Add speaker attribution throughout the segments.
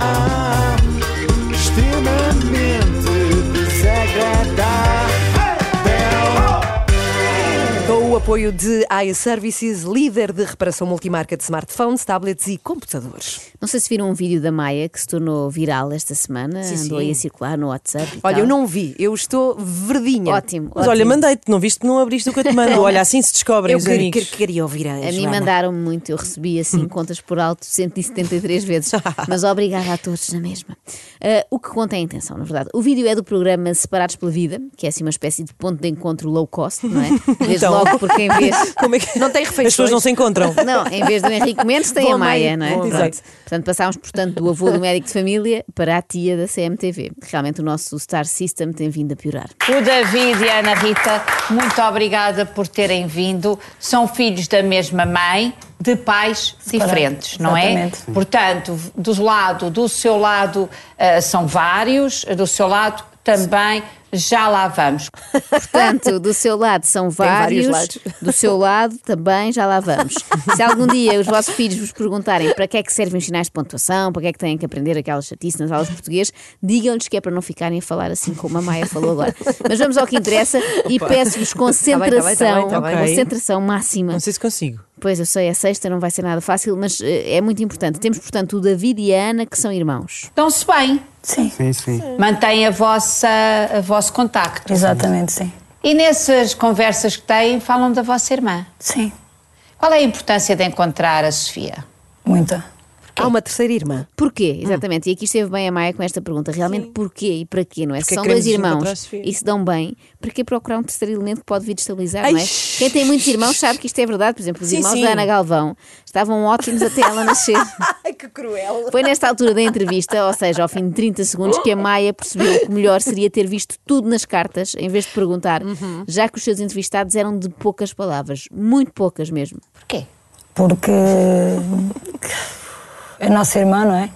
Speaker 1: Ah, extremamente desagradável.
Speaker 2: Com o apoio de iServices, líder de reparação multimarca de smartphones, tablets e computadores.
Speaker 3: Não sei se viram um vídeo da Maia que se tornou viral esta semana. Andou aí a circular no WhatsApp. e
Speaker 2: Olha,
Speaker 3: tal.
Speaker 2: eu não vi, eu estou verdinha.
Speaker 3: Tá. Ótimo.
Speaker 4: Mas
Speaker 3: ótimo.
Speaker 4: olha, mandei-te, não viste, não abriste o que eu te mando. Olha, assim se descobrem
Speaker 2: Eu
Speaker 4: os
Speaker 2: queria,
Speaker 4: amigos.
Speaker 2: queria, queria ouvir a,
Speaker 3: A mim
Speaker 2: Joana.
Speaker 3: mandaram-me muito, eu recebi assim contas por alto 173 vezes, mas obrigada a todos na mesma. Ah, o que conta é a intenção, na verdade. O vídeo é do programa Separados pela Vida, que é assim uma espécie de ponto de encontro low cost, não é? Desde
Speaker 4: Então.
Speaker 3: logo, porque em vez.
Speaker 4: Como é que...
Speaker 2: Não tem
Speaker 4: As
Speaker 2: refeições.
Speaker 4: pessoas não se encontram.
Speaker 3: Não, em vez do Henrique Mendes tem
Speaker 2: Boa
Speaker 3: a
Speaker 2: Maia.
Speaker 3: Maia, não é?
Speaker 2: Boa,
Speaker 3: Pronto.
Speaker 4: exato.
Speaker 3: Portanto, passámos, portanto, do avô do médico de família para a tia da CMTV. Realmente o nosso Star System tem vindo a piorar.
Speaker 5: O David e a Ana Rita, muito obrigada por terem vindo. São filhos da mesma mãe, de pais diferentes, não é?
Speaker 6: Exatamente.
Speaker 5: Portanto, do lado, do seu lado ah, são vários, do seu lado também já lá vamos.
Speaker 3: Portanto, do seu lado são vários,
Speaker 2: vários lados.
Speaker 3: do seu lado também já lá vamos. Se algum dia os vossos filhos vos perguntarem para que é que servem os sinais de pontuação, para que é que têm que aprender aquela chatice nas aulas de português, digam-lhes que é para não ficarem a falar assim como a Maia falou agora. Mas vamos ao que interessa e peço-vos
Speaker 2: bem, tá bem,
Speaker 3: concentração,
Speaker 2: tá
Speaker 4: bem.
Speaker 3: concentração máxima.
Speaker 4: Não sei se consigo.
Speaker 3: Pois eu sei, é sexta, não vai ser nada fácil, mas eh, é muito importante. Temos, portanto, o David e a Ana, que são irmãos.
Speaker 5: Estão-se bem,
Speaker 6: Sim,
Speaker 1: Sim, sim.
Speaker 5: mantém a vossa, a vosso contacto.
Speaker 6: exatamente, sim.
Speaker 5: E nessas conversas que têm, falam da vossa irmã.
Speaker 6: Sim,
Speaker 5: Qual é a importância de encontrar a Sofia?
Speaker 6: muita.
Speaker 2: Há uma terceira irmã.
Speaker 3: Porquê?
Speaker 4: Hum.
Speaker 3: Exatamente. E aqui esteve bem a Maia com esta pergunta. Realmente porquê e para quê? Não é? Se
Speaker 4: Porque
Speaker 3: são
Speaker 4: queremos
Speaker 3: dois
Speaker 4: encontrar a
Speaker 3: irmãos
Speaker 4: Sofia.
Speaker 3: e se dão bem, para que procurar um terceiro elemento que pode vir destabilizar, não é? Quem tem muitos irmãos sabe que isto é verdade. Por exemplo, os
Speaker 4: Sim,
Speaker 3: irmãos
Speaker 4: sim.
Speaker 3: da Ana Galvão estavam ótimos até ela nascer.
Speaker 2: Que cruel.
Speaker 3: Foi nesta altura da entrevista, ou seja, ao fim de 30 segundos, que a Maia percebeu que o melhor seria ter visto tudo nas cartas, em vez de perguntar,
Speaker 4: Uhum.
Speaker 3: já que os seus entrevistados eram de poucas palavras, muito poucas mesmo.
Speaker 5: Porquê?
Speaker 6: Porque é nossa irmã, não é?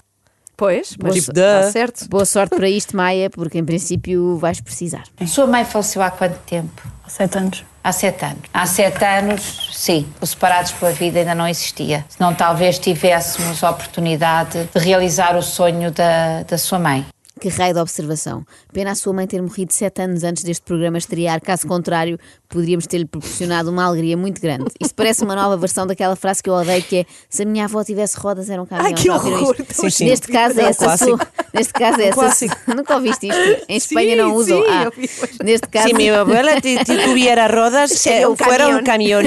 Speaker 2: Pois, mas
Speaker 4: Tipo,
Speaker 2: está
Speaker 4: duh.
Speaker 2: certo.
Speaker 3: Tá Boa sorte para isto, Maia, porque em princípio vais precisar.
Speaker 5: Sua mãe faleceu há quanto tempo?
Speaker 6: Há sete anos.
Speaker 5: Há sete anos. Há sete anos, sim, o Separados pela Vida ainda não existia. Senão talvez tivéssemos a oportunidade de realizar o sonho da, da sua mãe.
Speaker 3: Que raio de observação. Pena a sua mãe ter morrido sete anos antes deste programa estrear, caso contrário, poderíamos ter-lhe proporcionado uma alegria muito grande. Isto parece uma nova versão daquela frase que eu odeio, que é se a minha avó tivesse rodas era um caminhão.
Speaker 2: Ai, que
Speaker 3: Já ouviram
Speaker 2: horror. então,
Speaker 3: isto?
Speaker 2: Sim,
Speaker 4: sim.
Speaker 3: Neste caso é
Speaker 4: É um
Speaker 3: essa
Speaker 4: clássico.
Speaker 3: sua. Neste caso é
Speaker 4: Um
Speaker 3: essa sua.
Speaker 4: clássico.
Speaker 3: Nunca ouviste isto. Em Espanha não
Speaker 2: Sim,
Speaker 3: usam.
Speaker 2: sim,
Speaker 3: Ah,
Speaker 2: eu vi hoje.
Speaker 3: neste caso.
Speaker 4: abuela te, te tuviera rodas, é, um
Speaker 2: Sería un
Speaker 4: caminhão.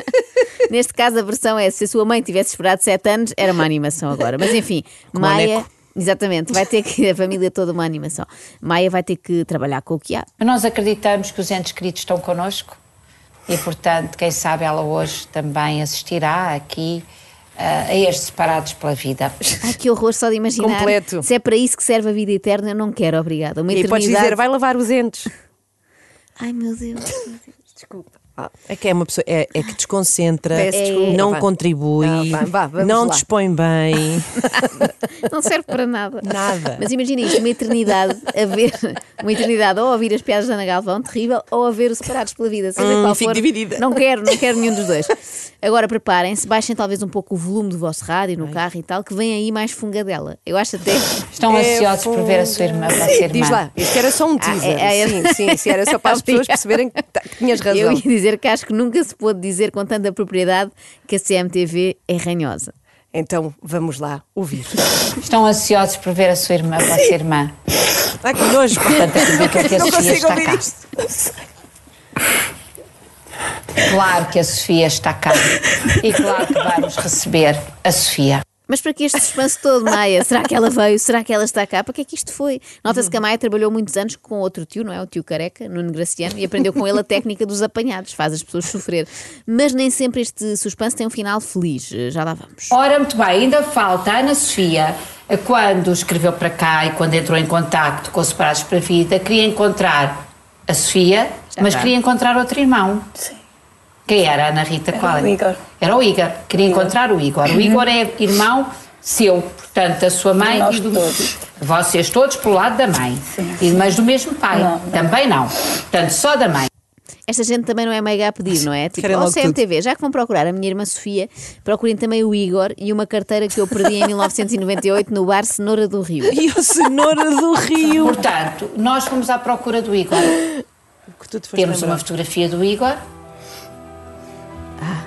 Speaker 3: Neste caso, a versão é se a sua mãe tivesse esperado 7 anos, era uma animação agora. Mas enfim, Maia.
Speaker 4: Neco.
Speaker 3: Exatamente, vai ter que. A família toda uma animação. Maia vai ter que trabalhar com o que há.
Speaker 5: Mas nós acreditamos que os entes queridos estão connosco e, portanto, quem sabe ela hoje também assistirá aqui ah, a estes Separados pela Vida.
Speaker 3: Ai, que horror só de imaginar.
Speaker 2: Completo.
Speaker 3: Se é para isso que serve a vida eterna, eu não quero, obrigada. Uma
Speaker 2: E aí podes
Speaker 3: eternidade.
Speaker 2: dizer, vai lavar os dentes.
Speaker 3: Ai, meu Deus.
Speaker 2: Desculpa.
Speaker 4: É que é uma pessoa, é, é que desconcentra, é,
Speaker 2: Peço desculpa.
Speaker 4: não
Speaker 2: Vá.
Speaker 4: contribui,
Speaker 2: Ah, vá, vá, vamos
Speaker 4: não
Speaker 2: lá.
Speaker 4: dispõe bem.
Speaker 3: Não serve para nada.
Speaker 4: Nada.
Speaker 3: Mas imagina isto, uma eternidade a ver, uma eternidade ou a ouvir as piadas da Ana Galvão, terrível, ou a ver os separados pela vida, seja
Speaker 2: Hum,
Speaker 3: qual
Speaker 4: fico
Speaker 3: for.
Speaker 4: dividida.
Speaker 3: Não quero, não quero nenhum dos dois. Agora preparem-se, baixem talvez um pouco o volume do vosso rádio no carro e tal, que vem aí mais fungadela. Eu acho até.
Speaker 5: Estão
Speaker 4: É
Speaker 5: ansiosos por ver a sua irmã, a vossa irmã.
Speaker 2: Diz lá, isto era só um teaser.
Speaker 3: é- é-
Speaker 2: Sim, sim, sim, era só para as pessoas perceberem que tá- que tinhas razão.
Speaker 3: Eu ia dizer que acho que nunca se pôde dizer com tanta propriedade que a CMTV é ranhosa.
Speaker 2: Então vamos lá ouvir.
Speaker 5: Estão ansiosos por ver a sua irmã, a vossa irmã.
Speaker 4: Ai, que nojo. pá.
Speaker 5: Portanto, acredito que a Sofia
Speaker 4: consigo
Speaker 5: está
Speaker 4: ouvir
Speaker 5: cá. Claro que a Sofia está cá. E claro que vamos receber a Sofia.
Speaker 3: Mas para que este suspense todo, Maia? Será que ela veio? Será que ela está cá? Para que é que isto foi? Nota-se que a Maia trabalhou muitos anos com outro tio, não é? O tio careca, Nuno Graciano, e aprendeu com ele a técnica dos apanhados, faz as pessoas sofrer. Mas nem sempre este suspense tem um final feliz. Eh, Já lá vamos.
Speaker 5: Ora, muito bem, ainda falta a Ana Sofia, eh, quando escreveu para cá e quando entrou em contacto com os Separados para a Vida, queria encontrar a Sofia,
Speaker 3: Já
Speaker 5: mas
Speaker 3: está.
Speaker 5: queria encontrar outro irmão.
Speaker 6: Sim.
Speaker 5: Quem era a Ana Rita?
Speaker 6: Era
Speaker 5: Qual
Speaker 6: o Igor.
Speaker 5: Era o Igor. Queria encontrar o Igor. O Igor é irmão seu, portanto, da sua mãe
Speaker 6: Nós
Speaker 5: e do
Speaker 6: todos.
Speaker 5: Vocês todos pelo lado da mãe.
Speaker 6: Sim.
Speaker 5: E, mas do mesmo pai.
Speaker 6: Não, não.
Speaker 5: Também não. Portanto, só da mãe.
Speaker 3: Esta gente também não é meiga a pedir, não é? Tipo,
Speaker 4: Querem
Speaker 3: ao
Speaker 4: logo tudo.
Speaker 3: CMTV, já que vão procurar a minha irmã Sofia, procurem também o Igor e uma carteira que eu perdi em 1998 no bar Cenoura do Rio.
Speaker 4: E o Cenoura do Rio.
Speaker 5: Portanto, nós fomos à procura do Igor.
Speaker 4: Que tu te foste
Speaker 5: Temos uma
Speaker 4: lembrar.
Speaker 5: fotografia do Igor,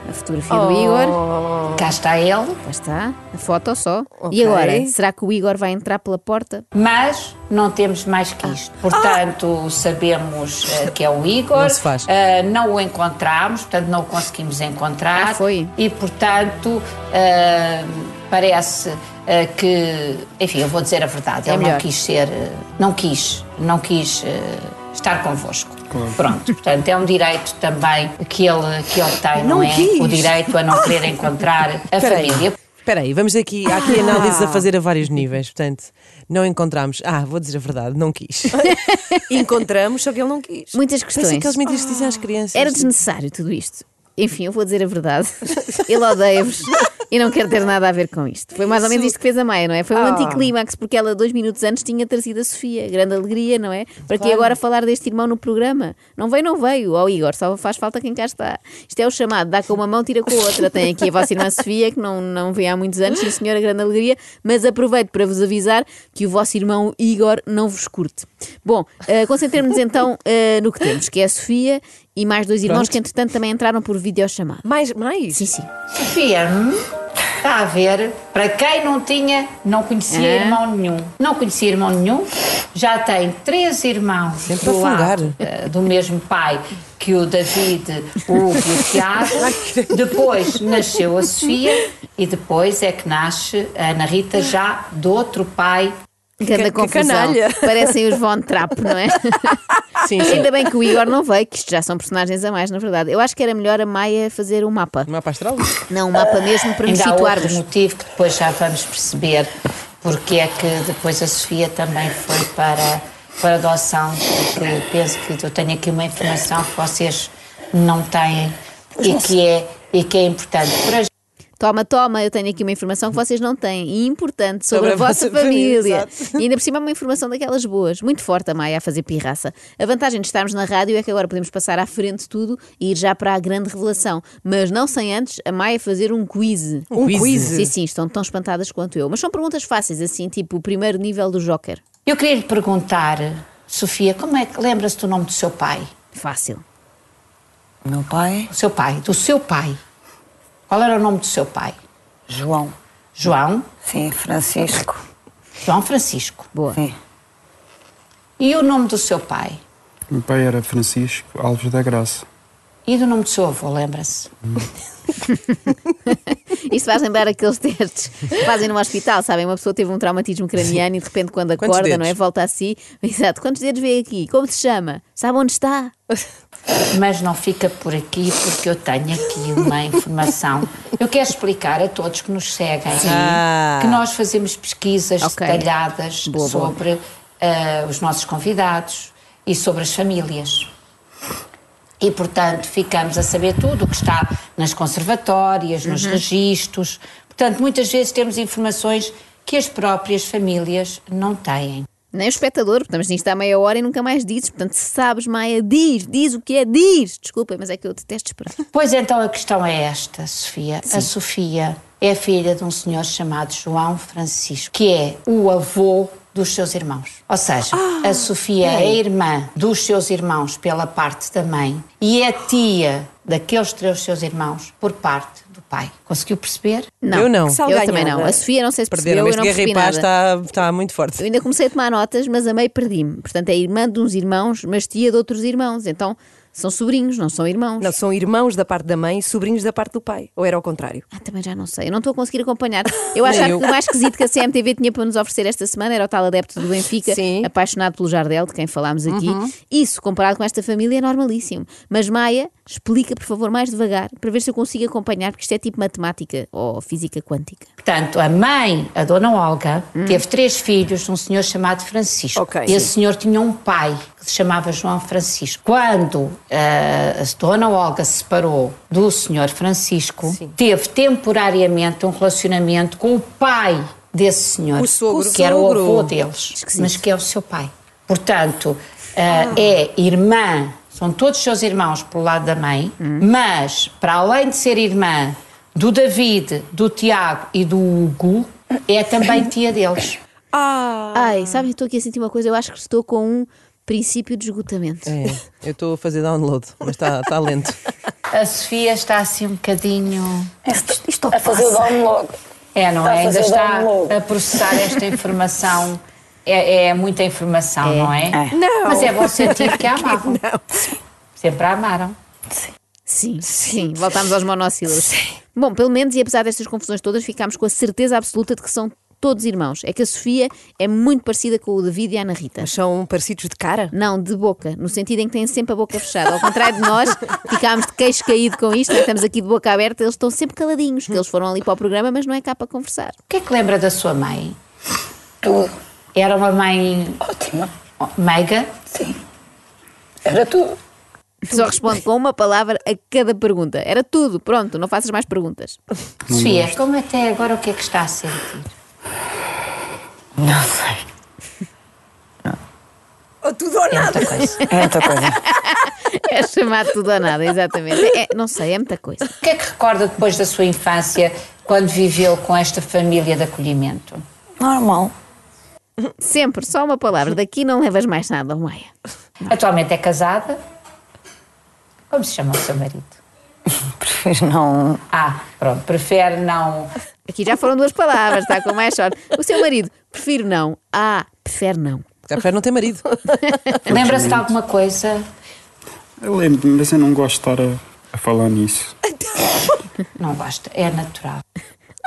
Speaker 3: A fotografia do
Speaker 4: Oh.
Speaker 3: Igor,
Speaker 5: cá está ele,
Speaker 3: cá está, a foto só.
Speaker 4: Ok.
Speaker 3: E agora, será que o Igor vai entrar pela porta?
Speaker 5: mas não temos mais que isto. Portanto, sabemos eh, que é o Igor,
Speaker 4: Ah. Não se faz.
Speaker 5: eh, não o encontramos, portanto, não o conseguimos encontrar.
Speaker 3: Ah, foi.
Speaker 5: E, portanto, eh, parece eh, que, enfim, eu vou dizer a verdade,
Speaker 3: É
Speaker 5: ele
Speaker 3: melhor.
Speaker 5: não quis ser, eh, não quis, não quis eh, estar convosco. Pronto, portanto, é um direito também que ele, que ele tem, não,
Speaker 4: Não
Speaker 5: é?
Speaker 4: quis. Ah.
Speaker 5: O direito a não querer encontrar a
Speaker 4: Espera aí.
Speaker 5: família.
Speaker 4: Espera aí, vamos aqui, há aqui análises a fazer a vários níveis, portanto, não encontramos. Ah, vou dizer a verdade, não quis.
Speaker 2: Encontramos, só que ele não quis.
Speaker 3: Muitas
Speaker 4: Parece
Speaker 3: questões.
Speaker 4: aqueles mentiras que dizem às crianças.
Speaker 3: Era desnecessário tudo isto. Enfim, eu vou dizer a verdade. Ele odeia-vos e não quer ter nada a ver com isto. Foi mais ou menos isto que fez a Maia, não é? Foi um anticlímax, porque ela dois minutos antes tinha trazido a Sofia. Grande alegria, não é? Para que agora falar deste irmão no programa? Não veio, não veio. Ó Igor, só faz falta quem cá está. Isto é o chamado, dá com uma mão, tira com a outra. Tem aqui a vossa irmã Sofia, que não, não vem há muitos anos, sim senhora, grande alegria. Mas aproveito para vos avisar que o vosso irmão Igor não vos curte. Bom, eh, concentremos-nos então eh, no que temos, que é a Sofia e mais dois irmãos que entretanto também entraram por videochamada.
Speaker 2: Mais, mais?
Speaker 3: Sim, sim.
Speaker 5: Firme. hum? Está a ver? Para quem não tinha, não conhecia
Speaker 3: É.
Speaker 5: irmão nenhum. Não conhecia irmão nenhum, já tem três irmãos
Speaker 4: Sempre
Speaker 5: do
Speaker 4: a fungar.
Speaker 5: lado eh, do mesmo pai que o David, o Hugo e o Tiago. Depois nasceu a Sofia e depois é que nasce a Ana Rita já do outro pai.
Speaker 3: Grande
Speaker 2: que
Speaker 3: confusão.
Speaker 2: canalha.
Speaker 3: Parecem os Von Trapp, não é?
Speaker 4: Sim, sim.
Speaker 3: Ainda bem que o Igor não veio, que isto já são personagens a mais, na verdade. Eu acho que era melhor a Maia fazer um mapa.
Speaker 4: Uma pastral?
Speaker 3: Não, um mapa mesmo para nos
Speaker 5: Ainda há outro
Speaker 3: situarmos.
Speaker 5: motivo que depois já vamos perceber porque é que depois a Sofia também foi para, para adoção, porque penso que eu tenho aqui uma informação que vocês não têm e que é, e que é importante. Para
Speaker 3: Toma, toma, eu tenho aqui uma informação que vocês não têm e importante sobre, a vossa família. e ainda por cima é uma informação daquelas boas. Muito forte a Maia a fazer pirraça. A vantagem de estarmos na rádio é que agora podemos passar à frente de tudo e ir já para a grande revelação. Mas não sem antes a Maia fazer um quiz.
Speaker 4: Um quiz?
Speaker 3: Sim, sim, estão tão espantadas quanto eu. Mas são perguntas fáceis, assim, tipo o primeiro nível do Joker.
Speaker 5: Eu queria lhe perguntar, Sofia, como é que lembra-se do nome do seu pai?
Speaker 3: Fácil.
Speaker 6: Meu pai,
Speaker 5: Do seu pai, do seu pai. Qual era o nome do seu pai?
Speaker 6: João.
Speaker 5: João?
Speaker 6: Sim, Francisco.
Speaker 5: João Francisco.
Speaker 3: Boa.
Speaker 6: Sim.
Speaker 5: E o nome do seu pai?
Speaker 7: Meu pai era Francisco Alves da Graça.
Speaker 5: E do nome do seu avô, lembra-se?
Speaker 3: Isto faz lembrar aqueles testes que fazem no hospital, sabem? Uma pessoa teve um traumatismo craniano e de repente, quando
Speaker 4: Quantos
Speaker 3: acorda, não é?
Speaker 4: dedos?
Speaker 3: Volta a si. Exato. Quantos dedos vê aqui? Como se chama? Sabe onde está?
Speaker 5: Mas não fica por aqui porque eu tenho aqui uma informação. Eu quero explicar a todos que nos seguem
Speaker 4: Ah.
Speaker 5: que nós fazemos pesquisas
Speaker 3: Ok.
Speaker 5: detalhadas
Speaker 3: Boa, boa.
Speaker 5: sobre ah, os nossos convidados e sobre as famílias. E, portanto, ficamos a saber tudo o que está nas conservatórias, nos
Speaker 3: Uhum.
Speaker 5: registros. Portanto, muitas vezes temos informações que as próprias famílias não têm.
Speaker 3: Nem o espectador, estamos nisto há meia hora e nunca mais dizes. Portanto, se sabes, Maia, diz, diz o que é, diz. Desculpem, mas é que eu detesto esperar.
Speaker 5: Pois então a questão é esta, Sofia. A Sofia é filha de um senhor chamado João Francisco, que é o avô dos seus irmãos. Ou seja, a Sofia é irmã dos seus irmãos pela parte da mãe e é tia daqueles três seus irmãos por parte do pai. Conseguiu perceber?
Speaker 3: Não,
Speaker 4: Eu não. Que
Speaker 2: salganhada.
Speaker 3: Eu também não. A Sofia, não sei se percebeu,
Speaker 4: Perderam
Speaker 3: eu
Speaker 4: este
Speaker 3: não
Speaker 4: guerra
Speaker 3: percebi
Speaker 4: e paz,
Speaker 3: nada.
Speaker 4: está, está muito
Speaker 3: Eu
Speaker 4: forte.
Speaker 3: ainda comecei a tomar notas, mas a meio perdi-me. Portanto, é irmã de uns irmãos, mas tia de outros irmãos. Então, são sobrinhos, não são irmãos.
Speaker 2: Não, são irmãos da parte da mãe, sobrinhos da parte do pai. Ou era ao contrário?
Speaker 3: Ah, também já não sei. Eu não estou a conseguir acompanhar. Eu achava que
Speaker 4: eu.
Speaker 3: o mais esquisito que a CMTV tinha para nos oferecer esta semana era o tal adepto do Benfica,
Speaker 2: Sim.
Speaker 3: apaixonado pelo Jardel, de quem falámos aqui.
Speaker 4: Uhum.
Speaker 3: Isso, comparado com esta família, é normalíssimo. Mas Maia, explica, por favor, mais devagar, para ver se eu consigo acompanhar, porque isto é tipo matemática ou física quântica.
Speaker 5: Portanto, a mãe, a dona Olga, teve três filhos de um senhor chamado Francisco.
Speaker 2: Ok.
Speaker 5: E esse senhor tinha um pai que se chamava João Francisco. Quando eh, a dona Olga se separou do senhor Francisco, teve temporariamente um relacionamento com o pai desse senhor,
Speaker 2: O sogro.
Speaker 5: que era o
Speaker 2: Sogro.
Speaker 5: avô deles, mas que ah, é o seu pai. Portanto, eh, é irmã são todos seus irmãos pelo lado da mãe, mas para além de ser irmã do David, do Tiago e do Hugo, é também tia deles.
Speaker 3: Ai, sabem, estou aqui a sentir uma coisa, eu acho que estou com um princípio de esgotamento.
Speaker 4: É, eu estou a fazer download, mas está tá lento.
Speaker 5: A Sofia está assim um bocadinho.
Speaker 6: Isto, isto a fazer o download.
Speaker 5: É, não
Speaker 6: Está a
Speaker 5: é? Ainda
Speaker 6: fazer um
Speaker 5: está
Speaker 6: download.
Speaker 5: a processar esta informação. É, é muita informação, não é?
Speaker 6: É.
Speaker 2: Não.
Speaker 5: Mas é bom sentir que a amavam. Sempre a amaram.
Speaker 3: Sim, sim, voltámos aos monossílabos. Bom, pelo menos, e apesar destas confusões todas, ficámos com a certeza absoluta de que são todos irmãos. É que a Sofia é muito parecida com o David e a Ana Rita.
Speaker 2: Mas são parecidos de cara?
Speaker 3: Não, de boca, no sentido em que têm sempre a boca fechada. Ao contrário de nós, ficámos de queixo caído com isto, nós estamos aqui de boca aberta, eles estão sempre caladinhos, que eles foram ali para o programa, mas não é cá para conversar.
Speaker 5: O que é que lembra da sua mãe?
Speaker 6: Tudo.
Speaker 5: Era uma mãe
Speaker 6: Ótimo.
Speaker 5: Oh, meiga?
Speaker 6: Sim. Era tudo.
Speaker 3: Só responde com uma palavra a cada pergunta. Era tudo, pronto, não faças mais perguntas.
Speaker 5: Sofia, como até agora o que é que está a sentir?
Speaker 6: Não sei.
Speaker 2: Ou Oh, tudo ou
Speaker 5: É muita coisa.
Speaker 6: É muita coisa.
Speaker 3: É chamar tudo ou nada, exatamente. É- não sei, é muita coisa.
Speaker 5: O que é que recorda depois da sua infância, quando viveu com esta família de acolhimento?
Speaker 6: Normal.
Speaker 3: Sempre, só uma palavra. Daqui não levas mais nada, Maia.
Speaker 5: Atualmente é casada? Como se chama o seu marido?
Speaker 6: Prefiro não.
Speaker 5: Ah, pronto, prefere não.
Speaker 3: Aqui já foram duas palavras, está com mais sorte. O seu marido, prefiro não. Ah, prefere não.
Speaker 4: Já prefere não ter marido.
Speaker 5: Lembra-se de alguma coisa?
Speaker 7: Eu lembro-me, mas eu não gosto de estar a, a falar nisso.
Speaker 5: Não gosta, é natural.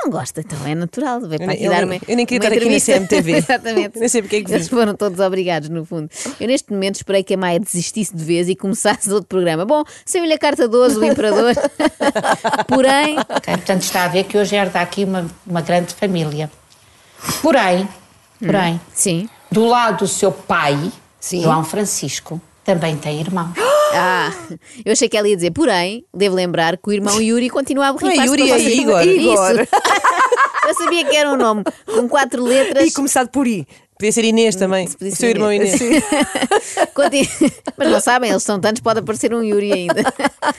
Speaker 3: Não gosta, então é natural. Veio para
Speaker 4: nem-
Speaker 3: aqui
Speaker 4: eu
Speaker 3: dar
Speaker 4: nem-
Speaker 3: uma,
Speaker 4: eu nem queria
Speaker 3: uma
Speaker 4: estar aqui na
Speaker 3: entrevista.
Speaker 4: CMTV.
Speaker 3: Exatamente.
Speaker 4: Nem sei porque é que vim.
Speaker 3: Eles foram todos obrigados, no fundo. Eu, neste momento, esperei que a Maia desistisse de vez e começasse outro programa. Bom, saiu-lhe a carta 12 do Imperador. Porém,
Speaker 5: Ok, portanto, está a ver que hoje herda aqui uma, uma grande família. Porém,
Speaker 6: Hum.
Speaker 5: porém,
Speaker 3: sim.
Speaker 5: do lado do seu pai,
Speaker 2: Sim.
Speaker 5: João Francisco, também tem irmão.
Speaker 3: Ah, eu achei que ela ia dizer, porém, devo lembrar que o irmão Yuri continua a
Speaker 4: Não
Speaker 3: borrifar-se
Speaker 4: é Yuri,
Speaker 3: com
Speaker 4: é
Speaker 3: vocês.
Speaker 4: Igor.
Speaker 2: Igor.
Speaker 3: Isso. Eu sabia que era um nome com quatro
Speaker 2: E
Speaker 3: letras.
Speaker 2: começado por I.
Speaker 4: Podia ser Inês também.
Speaker 3: Se podia
Speaker 4: o seu
Speaker 3: ser
Speaker 4: irmão Inês.
Speaker 3: Conti- Mas não sabem, eles são tantos, pode aparecer um Yuri ainda.